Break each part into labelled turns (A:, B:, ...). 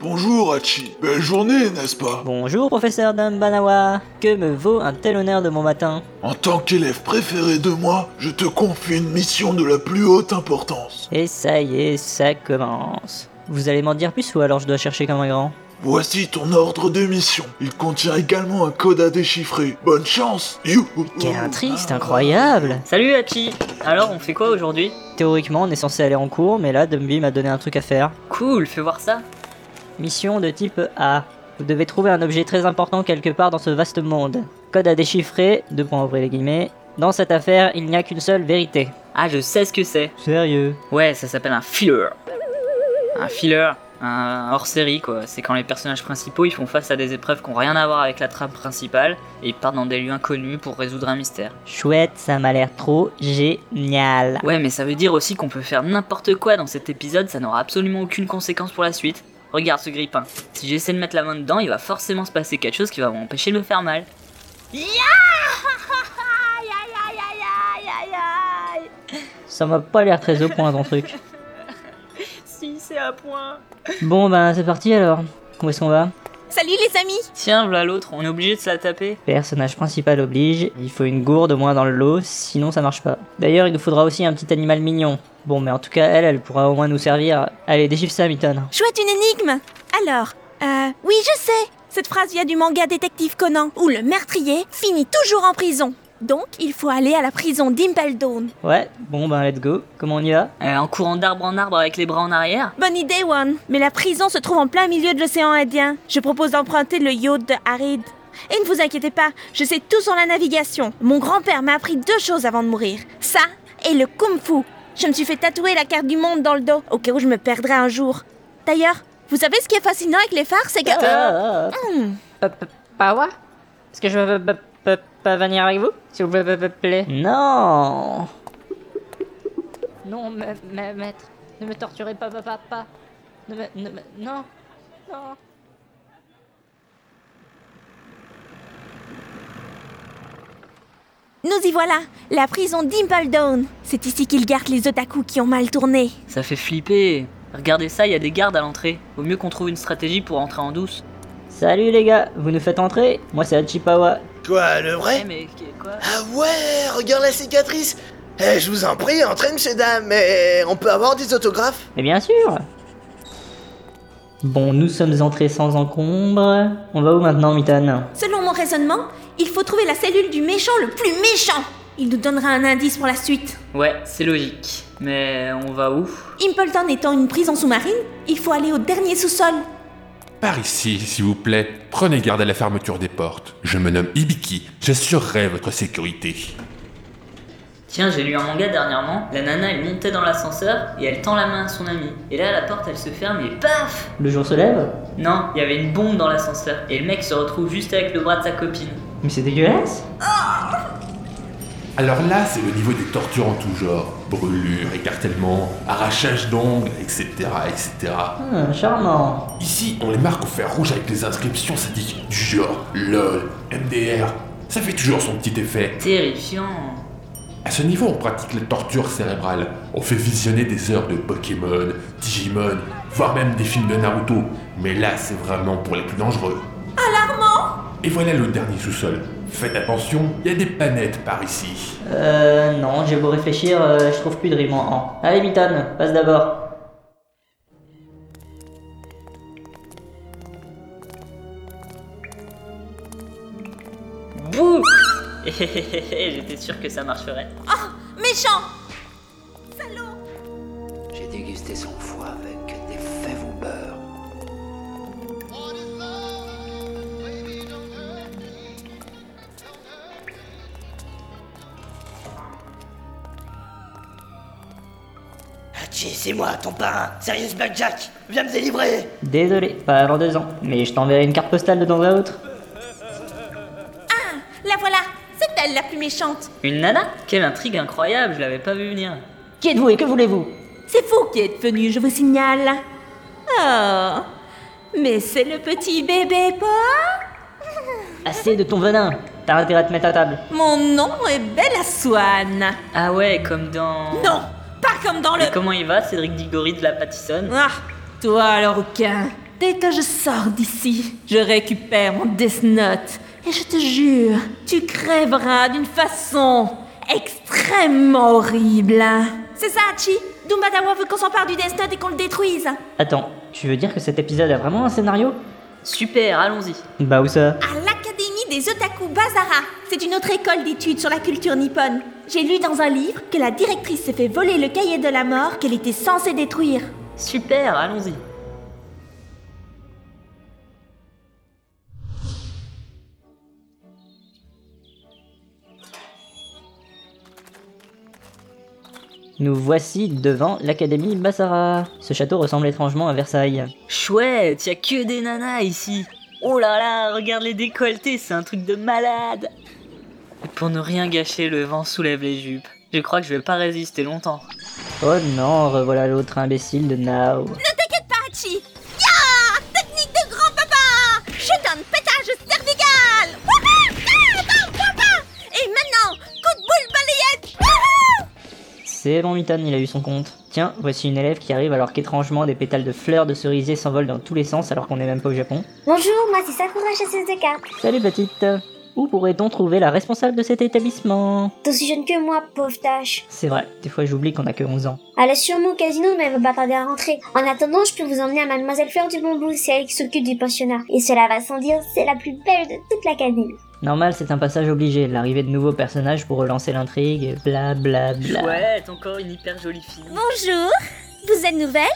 A: Bonjour Hachi, belle journée, n'est-ce pas
B: Bonjour, professeur Dumbanawa. Que me vaut un tel honneur de mon matin
A: En tant qu'élève préféré de moi, je te confie une mission de la plus haute importance.
B: Et ça y est, ça commence. Vous allez m'en dire plus ou alors je dois chercher comme un grand
A: Voici ton ordre de mission. Il contient également un code à déchiffrer. Bonne chance Youhou
B: Quelle intrigue, c'est incroyable
C: Oh. Salut Hachi Alors on fait quoi aujourd'hui
B: Théoriquement, on est censé aller en cours, mais là, Dumby m'a donné un truc à faire.
C: Cool, fais voir ça
B: Mission de type A. Vous devez trouver un objet très important quelque part dans ce vaste monde. Code à déchiffrer, deux points ouvrez les guillemets. Dans cette affaire, il n'y a qu'une seule vérité.
C: Ah je sais ce que c'est
B: Sérieux
C: Ouais ça s'appelle un filler Un filler un hors-série quoi, c'est quand les personnages principaux ils font face à des épreuves qui n'ont rien à voir avec la trame principale et ils partent dans des lieux inconnus pour résoudre un mystère.
B: Chouette, ça m'a l'air trop génial.
C: Ouais mais ça veut dire aussi qu'on peut faire n'importe quoi dans cet épisode, ça n'aura absolument aucune conséquence pour la suite. Regarde ce grippin, si j'essaie de mettre la main dedans il va forcément se passer quelque chose qui va m'empêcher de me faire mal.
B: Ça m'a pas l'air très au point ton truc.
C: Si c'est à point
B: Bon, ben c'est parti alors. Où est-ce qu'on va
D: Salut les amis
C: Tiens voilà l'autre, on est obligé de se la taper.
B: Personnage principal oblige, il faut une gourde au moins dans le lot, sinon ça marche pas. D'ailleurs, il nous faudra aussi un petit animal mignon. Bon, mais en tout cas, elle, elle pourra au moins nous servir. Allez, déchiffre ça, Miton.
D: Chouette une énigme Alors, euh, oui je sais Cette phrase vient du manga Détective Conan, où le meurtrier finit toujours en prison. Donc, il faut aller à la prison d'Impel Dawn.
B: Ouais, bon, ben let's go. Comment on y va
C: Euh, en courant d'arbre en arbre avec les bras en arrière
D: Bonne idée, One Mais la prison se trouve en plein milieu de l'océan Indien. Je propose d'emprunter le yacht de Harid. Et ne vous inquiétez pas, je sais tout sur la navigation. Mon grand-père m'a appris deux choses avant de mourir. Ça et le kung-fu. Je me suis fait tatouer la carte du monde dans le dos, au cas où je me perdrais un jour. D'ailleurs, vous savez ce qui est fascinant avec les phares, c'est que... Hmm.
E: Pas moi Est-ce que je peux- peux peux- peux venir avec vous S'il vous plaît, plaît, plaît.
B: Non
E: Non, ma- ma- maître. Ne me torturez pas, papa, pas. Ne me, ne me- non. Non.
D: Nous y voilà, la prison d'Impel Dawn. C'est ici qu'ils gardent les otaku qui ont mal tourné.
C: Ça fait flipper Regardez ça, il y a des gardes à l'entrée. Vaut mieux qu'on trouve une stratégie pour entrer en douce.
B: Salut les gars, vous nous faites entrer Moi c'est Hachipawa.
F: Quoi, le vrai
C: Eh, mais qu- quoi
F: Ah ouais, regarde la cicatrice Eh, je vous en prie, entrez, monsieur, dame, mais on peut avoir des autographes
B: Mais bien sûr Bon, nous sommes entrés sans encombre. On va où maintenant, Miton
D: Selon mon raisonnement, il faut trouver la cellule du méchant le plus méchant. Il nous donnera un indice pour la suite.
C: Ouais, c'est logique. Mais on va où
D: Impleton étant une prison sous-marine, il faut aller au dernier sous-sol.
G: Par ici, s'il vous plaît, prenez garde à la fermeture des portes. Je me nomme Ibiki, j'assurerai votre sécurité.
C: Tiens, j'ai lu un manga dernièrement. La nana, elle montait dans l'ascenseur et elle tend la main à son ami. Et là, la porte, elle se ferme et paf
B: Le jour se lève
C: Non, il y avait une bombe dans l'ascenseur. Et le mec se retrouve juste avec le bras de sa copine.
B: Mais c'est dégueulasse
G: Alors là, c'est le niveau des tortures en tout genre. Brûlures, écartèlement, arrachage d'ongles, etc., etc.
B: Hum, Charmant
G: Ici, on les marque au fer rouge avec des inscriptions sadiques du genre LOL, MDR. Ça fait toujours son petit effet.
C: Terrifiant
G: À ce niveau, on pratique la torture cérébrale. On fait visionner des heures de Pokémon, Digimon, voire même des films de Naruto. Mais là, c'est vraiment pour les plus dangereux. Alarmant Et voilà le dernier sous-sol. Faites attention, il y a des planètes par ici.
B: Euh, non, j'ai beau réfléchir, euh, je trouve plus de rime en en. Allez, Miton, passe d'abord.
C: Bouh J'étais sûr que ça marcherait.
D: Oh, Méchant
H: J'ai dégusté son foie avec des fèves au beurre.
F: Hachi, Ah, c'est moi, ton parrain, Serious Blackjack Viens me délivrer
B: Désolé, pas avant deux ans, mais je t'enverrai une carte postale de temps à autre.
D: La voilà C'est elle la plus méchante
C: Une nana Quelle intrigue incroyable, je l'avais pas vu venir.
B: Qui êtes-vous et que voulez-vous
D: C'est vous qui êtes venu, je vous signale. Oh Mais c'est le petit bébé pas
B: Assez de ton venin T'as intérêt à te mettre à table.
D: Mon nom est Bella Swan.
C: Ah ouais, comme dans...
D: Non Pas comme dans le...
C: Et comment il va, Cédric Diggory de la Patissonne
D: Ah Toi alors aucun Dès que je sors d'ici, je récupère mon Death Note. Et je te jure, tu crèveras d'une façon extrêmement horrible. C'est ça, Hachi. Dumbadawa veut qu'on s'empare du Death Note et qu'on le détruise.
B: Attends, tu veux dire que cet épisode a vraiment un scénario
C: Super, allons-y.
B: Bah où ça
D: À l'Académie des Otaku Bazara. C'est une autre école d'études sur la culture nippone. J'ai lu dans un livre que la directrice s'est fait voler le cahier de la mort qu'elle était censée détruire.
C: Super, allons-y.
B: Nous voici devant l'Académie Massara. Ce château ressemble étrangement à Versailles.
C: Chouette, y a que des nanas ici. Oh là là, regarde les décolletés, c'est un truc de malade. Pour ne rien gâcher, le vent soulève les jupes. Je crois que je vais pas résister longtemps.
B: Oh non, revoilà l'autre imbécile de Nao.
D: Hachi Ya Technique de grand-papa Je donne pétage cervical Wouhou Ah, bam, bam, bam Et maintenant, coup de boule balayette Wouhou
B: C'est bon, Mutane, il a eu son compte. Tiens, voici une élève qui arrive alors qu'étrangement des pétales de fleurs de cerisier s'envolent dans tous les sens alors qu'on n'est même pas au Japon.
I: Bonjour, moi c'est Sakura chasseuse de cartes.
B: Salut petite Où pourrait-on trouver la responsable de cet établissement
I: T'es aussi jeune que moi, pauvre tâche.
B: C'est vrai, des fois j'oublie qu'on a que 11 ans.
I: Elle est sûrement au casino, mais elle va pas tarder à rentrer. En attendant, je peux vous emmener à Mademoiselle Fleur du Bambou, c'est elle qui s'occupe du pensionnat. Et cela va sans dire, c'est la plus belle de toute l'académie.
B: Normal, c'est un passage obligé, l'arrivée de nouveaux personnages pour relancer l'intrigue, bla bla bla.
C: Chouette, encore une hyper jolie fille.
D: Bonjour Vous êtes nouvelle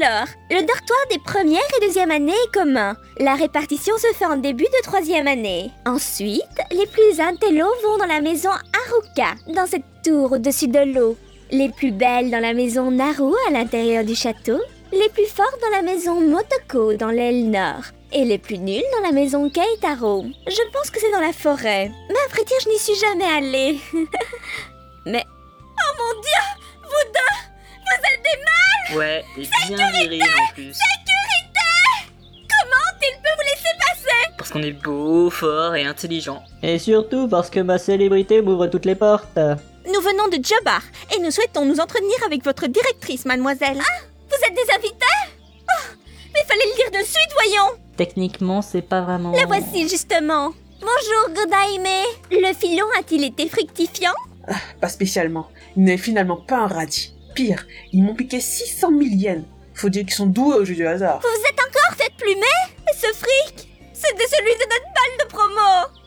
D: alors, le dortoir des premières et deuxième années est commun. La répartition se fait en début de troisième année. Ensuite, les plus intellos vont dans la maison Haruka, dans cette tour au-dessus de l'eau. Les plus belles dans la maison Naru à l'intérieur du château. Les plus forts dans la maison Motoko dans l'aile nord. Et les plus nuls dans la maison Keitaro. Je pense que c'est dans la forêt. Mais à vrai dire, je n'y suis jamais allée. Mais... Oh mon dieu Vous deux Vous êtes des
C: Ouais, et bien viril en plus.
D: Comment il peut vous laisser passer
C: Parce qu'on est beau, fort et intelligent.
B: Et surtout parce que ma célébrité m'ouvre toutes les portes.
D: Nous venons de Jobar et nous souhaitons nous entretenir avec votre directrice, mademoiselle. Ah Vous êtes des invités Oh, Mais fallait le dire de suite, voyons
B: Techniquement, c'est pas vraiment...
D: La voici, justement Bonjour, Godaime Le filon a-t-il été fructifiant
J: Pas spécialement. Il n'est finalement pas un radis. Pire, ils m'ont piqué 600 000 yens. Faut dire qu'ils sont doués au jeu du hasard.
D: Vous vous êtes encore cette plumée Et ce fric C'était celui de notre balle de promo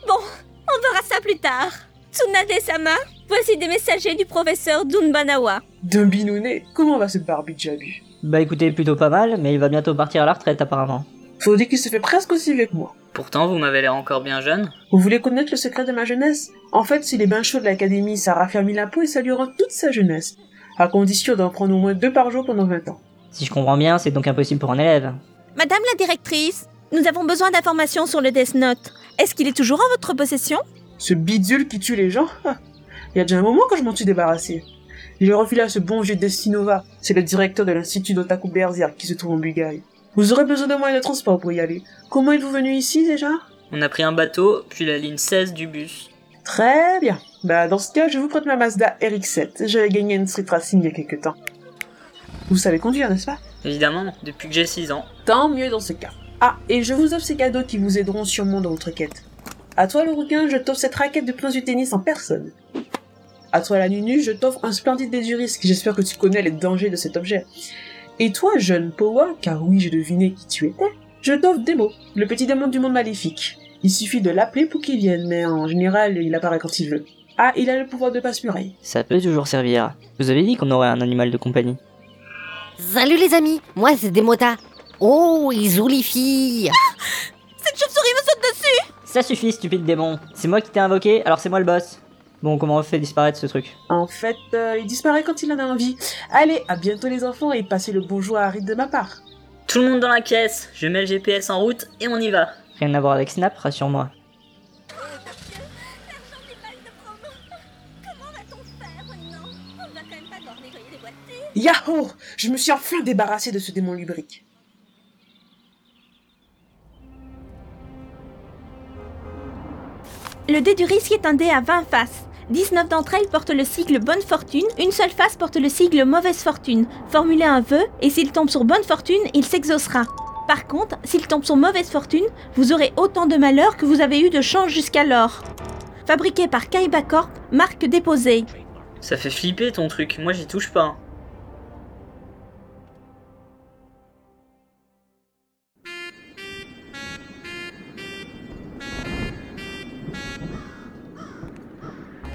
D: Bon, on verra ça plus tard. Tsunade-sama, voici des messagers du professeur Dunbanawa.
J: D'un binounet, comment va ce barbu de Jabu
B: Bah écoutez, plutôt pas mal, mais il va bientôt partir à la retraite apparemment.
J: Faut dire qu'il se fait presque aussi vieux que moi.
C: Pourtant, vous m'avez l'air encore bien jeune.
J: Vous voulez connaître le secret de ma jeunesse En fait, si les bains chauds de l'académie, ça raffermit la peau et ça lui rend toute sa jeunesse. À condition d'en prendre au moins deux par jour pendant 20 ans.
B: Si je comprends bien, c'est donc impossible pour un élève.
D: Madame la directrice, nous avons besoin d'informations sur le Death Note. Est-ce qu'il est toujours en votre possession
J: Ce bidule qui tue les gens ah, Il y a déjà un moment que je m'en suis débarrassé. Je l'ai refilé à ce bon vieux Destinova, c'est le directeur de l'Institut d'Otaku Berserk qui se trouve en Bulgarie. Vous aurez besoin de moyens de transport pour y aller. Comment êtes-vous venu ici déjà
C: On a pris un bateau, puis la ligne 16 du bus.
J: Très bien. Bah, dans ce cas, je vous prête ma Mazda RX-7. J'avais gagné une street racing il y a quelques temps. Vous savez conduire, n'est-ce pas
C: Évidemment, depuis que j'ai 6 ans.
J: Tant mieux dans ce cas. Ah, et je vous offre ces cadeaux qui vous aideront sûrement dans votre quête. À toi, le requin, je t'offre cette raquette de prince du tennis en personne. À toi, la Nunu, je t'offre un splendide dédurisque. J'espère que tu connais les dangers de cet objet. Et toi, jeune Powa, car oui, j'ai deviné qui tu étais, je t'offre Demo, le petit démon du monde maléfique. Il suffit de l'appeler pour qu'il vienne, mais en général, il apparaît quand il veut. Ah, il a le pouvoir de passe-muraille.
B: Ça peut toujours servir. Vous avez dit qu'on aurait un animal de compagnie.
E: Salut les amis, moi c'est Demota. Oh, ils oublient les filles
D: Cette chauve-souris me saute dessus
B: Ça suffit, stupide démon. C'est moi qui t'ai invoqué, alors c'est moi le boss. Bon, comment on fait disparaître ce truc
J: En fait, euh, il disparaît quand il en a envie. Allez, à bientôt les enfants et passez le bonjour à Harry de ma part.
C: Tout le monde dans la caisse, je mets le GPS en route et on y va.
B: Rien à voir avec Snap, rassure-moi.
D: Comment va-t-on faire maintenant On va quand même pas devoir nettoyer les boîtes.
J: Yahoo Je me suis enfin débarrassé de ce démon lubrique.
D: Le dé du risque est un dé à 20 faces. 19 d'entre elles portent le sigle bonne fortune, une seule face porte le sigle mauvaise fortune. Formulez un vœu et s'il tombe sur bonne fortune, il s'exaucera. Par contre, s'il tombe sur mauvaise fortune, vous aurez autant de malheur que vous avez eu de chance jusqu'alors. Fabriqué par Kaiba Corp, marque déposée.
C: Ça fait flipper ton truc, moi j'y touche pas. hein.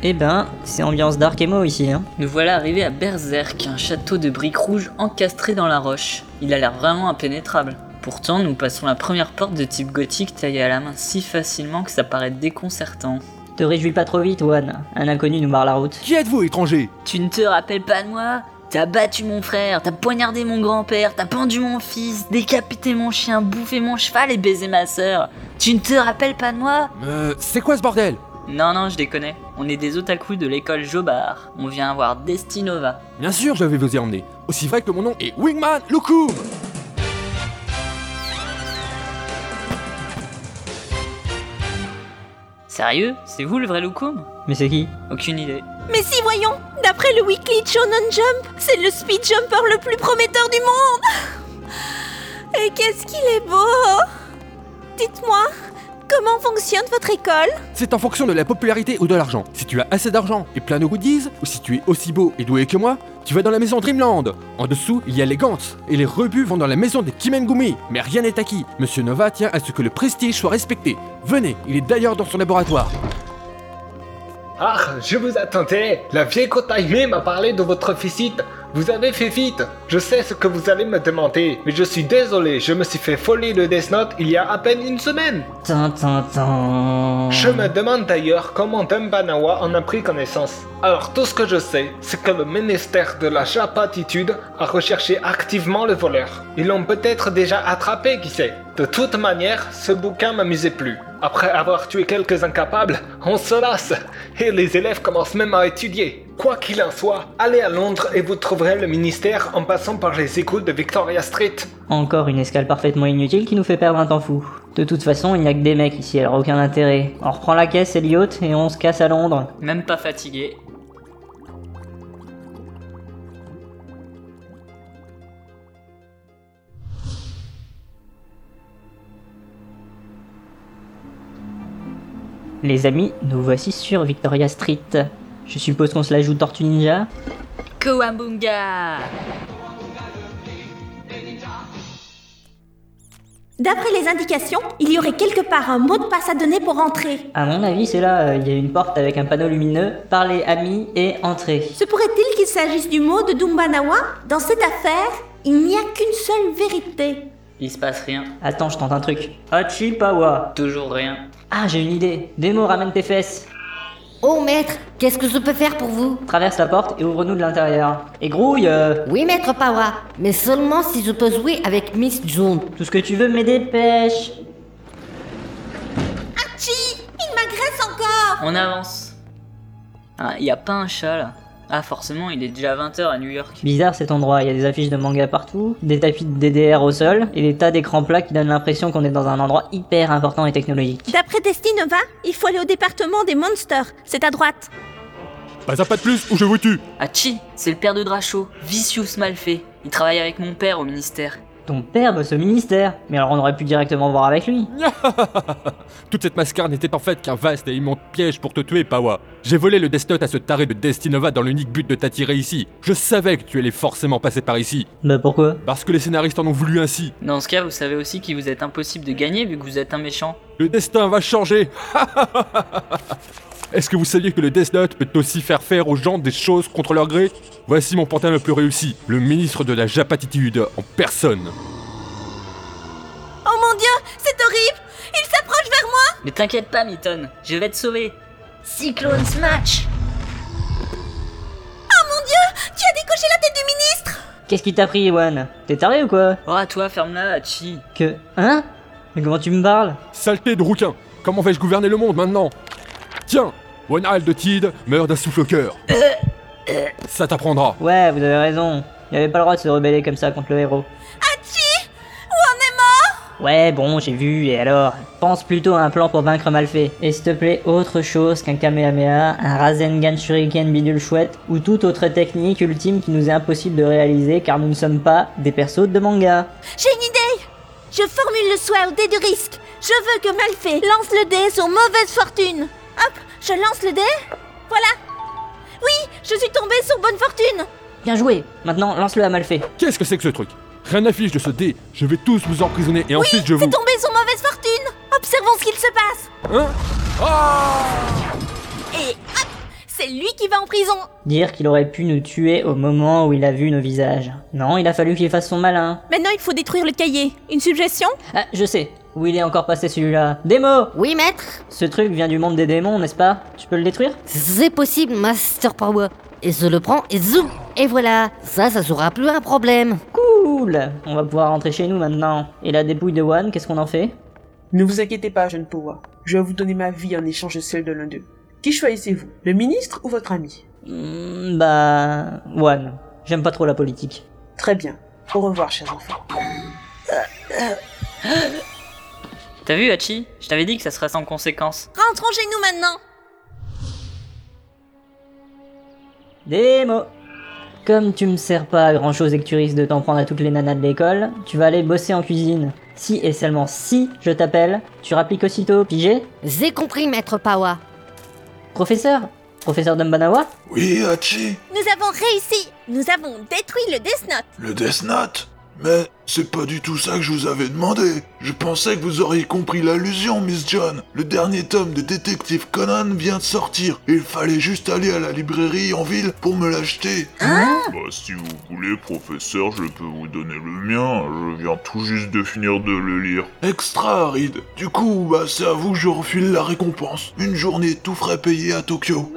B: Eh ben, c'est ambiance dark emo ici. Hein.
C: Nous voilà arrivés à Berserk, un château de briques rouges encastré dans la roche. Il a l'air vraiment impénétrable. Pourtant, nous passons la première porte de type gothique taillée à la main si facilement que ça paraît déconcertant.
B: Te réjouis pas trop vite, Juan. Un inconnu nous barre la route.
G: Qui êtes-vous, étranger
C: Tu ne te rappelles pas de moi T'as battu mon frère, t'as poignardé mon grand-père, t'as pendu mon fils, décapité mon chien, bouffé mon cheval et baisé ma sœur. Tu ne te rappelles pas de moi
G: Euh, c'est quoi ce bordel
C: Non, non, je déconne. On est des otaku de l'école Jobard. On vient voir Destinova.
G: Bien sûr, je vais vous y emmener. Aussi vrai que mon nom est Wingman Lukum
C: Sérieux C'est vous le vrai Lukum
B: Mais c'est qui
C: Aucune idée.
D: Mais si, voyons D'après le Weekly Shonen Jump, c'est le speed jumper le plus prometteur du monde Et qu'est-ce qu'il est beau Dites-moi, comment fonctionne votre école
G: C'est en fonction de la popularité ou de l'argent. Si tu as assez d'argent et plein de goodies, ou si tu es aussi beau et doué que moi, tu vas dans la maison Dreamland. En dessous, il y a les Gants, et les rebuts vont dans la maison des Kimengumi. Mais rien n'est acquis. Monsieur Nova tient à ce que le prestige soit respecté. Venez, il est d'ailleurs dans son laboratoire.
K: Ah, je vous attendais La vieille Kotaime m'a parlé de votre visite Vous avez fait vite Je sais ce que vous allez me demander, mais je suis désolé, je me suis fait folie de Death Note il y a à peine une semaine Je me demande d'ailleurs comment Dumbanawa en a pris connaissance. Alors tout ce que je sais, c'est que le ministère de la Japatitude a recherché activement le voleur. Ils l'ont peut-être déjà attrapé, qui sait. De toute manière, ce bouquin m'amusait plus. Après avoir tué quelques incapables, on se lasse. Et les élèves commencent même à étudier. Quoi qu'il en soit, allez à Londres et vous trouverez le ministère en passant par les écoles de Victoria Street.
B: Encore une escale parfaitement inutile qui nous fait perdre un temps fou. De toute façon, il n'y a que des mecs ici, alors aucun intérêt. On reprend la caisse et le yacht et on se casse à Londres.
C: Même pas fatigué.
B: Les amis, nous voici sur Victoria Street. Je suppose qu'on se la joue Tortue Ninja
C: Kowabunga
D: D'après les indications, il y aurait quelque part un mot de passe à donner pour entrer.
B: À mon avis, c'est là, euh, il y a une porte avec un panneau lumineux, parlez amis et entrez.
D: Se pourrait-il qu'il s'agisse du mot de Dumbanawa Dans cette affaire, il n'y a qu'une seule vérité.
C: Il se passe rien.
B: Attends, je tente un truc. Hachipawa
C: Toujours rien.
B: Ah, j'ai une idée. Démo, ramène tes fesses.
E: Oh maître, qu'est-ce que je peux faire pour vous
B: Traverse la porte et ouvre-nous de l'intérieur. Et grouille euh,
E: Oui maître Pawa, mais seulement si je peux jouer avec Miss June.
B: Tout ce que tu veux, mais dépêche
D: Chi, il m'agresse encore
C: On avance. Ah, y a pas un chat là. Ah, forcément, il est déjà 20h à New York.
B: Bizarre cet endroit, il y a des affiches de manga partout, des tapis de DDR au sol, et des tas d'écrans plats qui donnent l'impression qu'on est dans un endroit hyper important et technologique.
D: D'après Destinova, il faut aller au département des monsters. C'est à droite.
G: Pas un pas de plus ou je vous tue
C: Hachi, Ah, c'est le père de Dracho, Vicious Malfait. Il travaille avec mon père au ministère.
B: Ton père bosse au ministère Mais alors on aurait pu directement voir avec lui
G: Toute cette mascarde n'était en fait qu'un vaste et immonde piège pour te tuer, Pawa. J'ai volé le Death Note à ce taré de Destinova dans l'unique but de t'attirer ici. Je savais que tu allais forcément passer par ici.
B: Bah pourquoi
G: Parce que les scénaristes en ont voulu ainsi.
C: Dans ce cas, vous savez aussi qu'il vous est impossible de gagner vu que vous êtes un méchant.
G: Le destin va changer Est-ce que vous saviez que le Death Note peut aussi faire faire aux gens des choses contre leur gré Voici mon pantin le plus réussi, le ministre de la Japatitude, en personne.
D: Oh mon dieu, c'est horrible Il s'approche vers moi
C: Mais t'inquiète pas, Miton, je vais te sauver. Cyclone Smash
D: Oh mon dieu Tu as décoché la tête du ministre
B: Qu'est-ce qui t'a pris, Iwan T'es taré ou quoi
C: Oh, à toi, ferme-la, Hachi.
B: Que... Hein Mais comment tu me parles
G: Saleté de rouquin Comment vais-je gouverner le monde maintenant Tiens Ronald de Tid meurt d'un souffle au cœur. Ça t'apprendra.
B: Ouais, vous avez raison. Il avait pas le droit de se rebeller comme ça contre le héros.
D: Hachi Ah, Où en est mort
B: Ouais, bon, j'ai vu, et alors Pense plutôt à un plan pour vaincre Malfait. Et s'il te plaît, autre chose qu'un Kamehameha, un Rasengan Shuriken bidule chouette, ou toute autre technique ultime qui nous est impossible de réaliser car nous ne sommes pas des persos de manga.
D: J'ai une idée Je formule le souhait au dé du risque. Je veux que Malfait lance le dé sur mauvaise fortune. Hop, je lance le dé. Voilà. Oui, je suis tombée sur bonne fortune.
B: Bien joué Maintenant, lance-le à Malfait.
G: Qu'est-ce que c'est que ce truc Rien n'affiche de ce dé, je vais tous vous emprisonner et ensuite je vous.
D: C'est tombé sur mauvaise fortune. Observons ce qu'il se passe.
G: Hein Ah
D: Et hop, c'est lui qui va en prison.
B: Dire qu'il aurait pu nous tuer au moment où il a vu nos visages. Non, il a fallu qu'il fasse son malin.
D: Maintenant, il faut détruire le cahier. Une suggestion
B: Ah, je sais. Où il est encore passé celui-là Démo
E: Oui, maître
B: Ce truc vient du monde des démons, n'est-ce pas Je peux le détruire
E: C'est possible, Master Power. Et je le prends et zoom Et voilà Ça, ça sera plus un problème
B: Cool On va pouvoir rentrer chez nous maintenant. Et la dépouille de Wan, qu'est-ce qu'on en fait
J: Ne vous inquiétez pas, jeune Powa. Je vais vous donner ma vie en échange de celle de l'un d'eux. Qui choisissez-vous Le ministre ou votre ami
B: Hmm, Bah... Wan. J'aime pas trop la politique.
J: Très bien. Au revoir, chers enfants.
C: T'as vu, Hachi Je t'avais dit que ça serait sans conséquence.
D: Rentrons chez nous maintenant.
B: Démo Comme tu me sers pas à grand chose et que tu risques de t'en prendre à toutes les nanas de l'école, tu vas aller bosser en cuisine. Si et seulement si je t'appelle, tu rappliques aussitôt, pigé
E: J'ai compris, maître Power.
B: Professeur Professeur Dumbanawa
A: Oui, Hachi,
D: Nous avons réussi. Nous avons détruit le Death Note.
A: le Death Note Mais c'est pas du tout ça que je vous avais demandé. Je pensais que vous auriez compris l'allusion, Miss John. Le dernier tome de Détective Conan vient de sortir. Il fallait juste aller à la librairie en ville pour me l'acheter.
L: Bah, si vous voulez, professeur, je peux vous donner le mien. Je viens tout juste de finir de le lire.
A: Extra, Reed. Du coup, bah, c'est à vous que je refile la récompense. Une journée tout frais payée à Tokyo.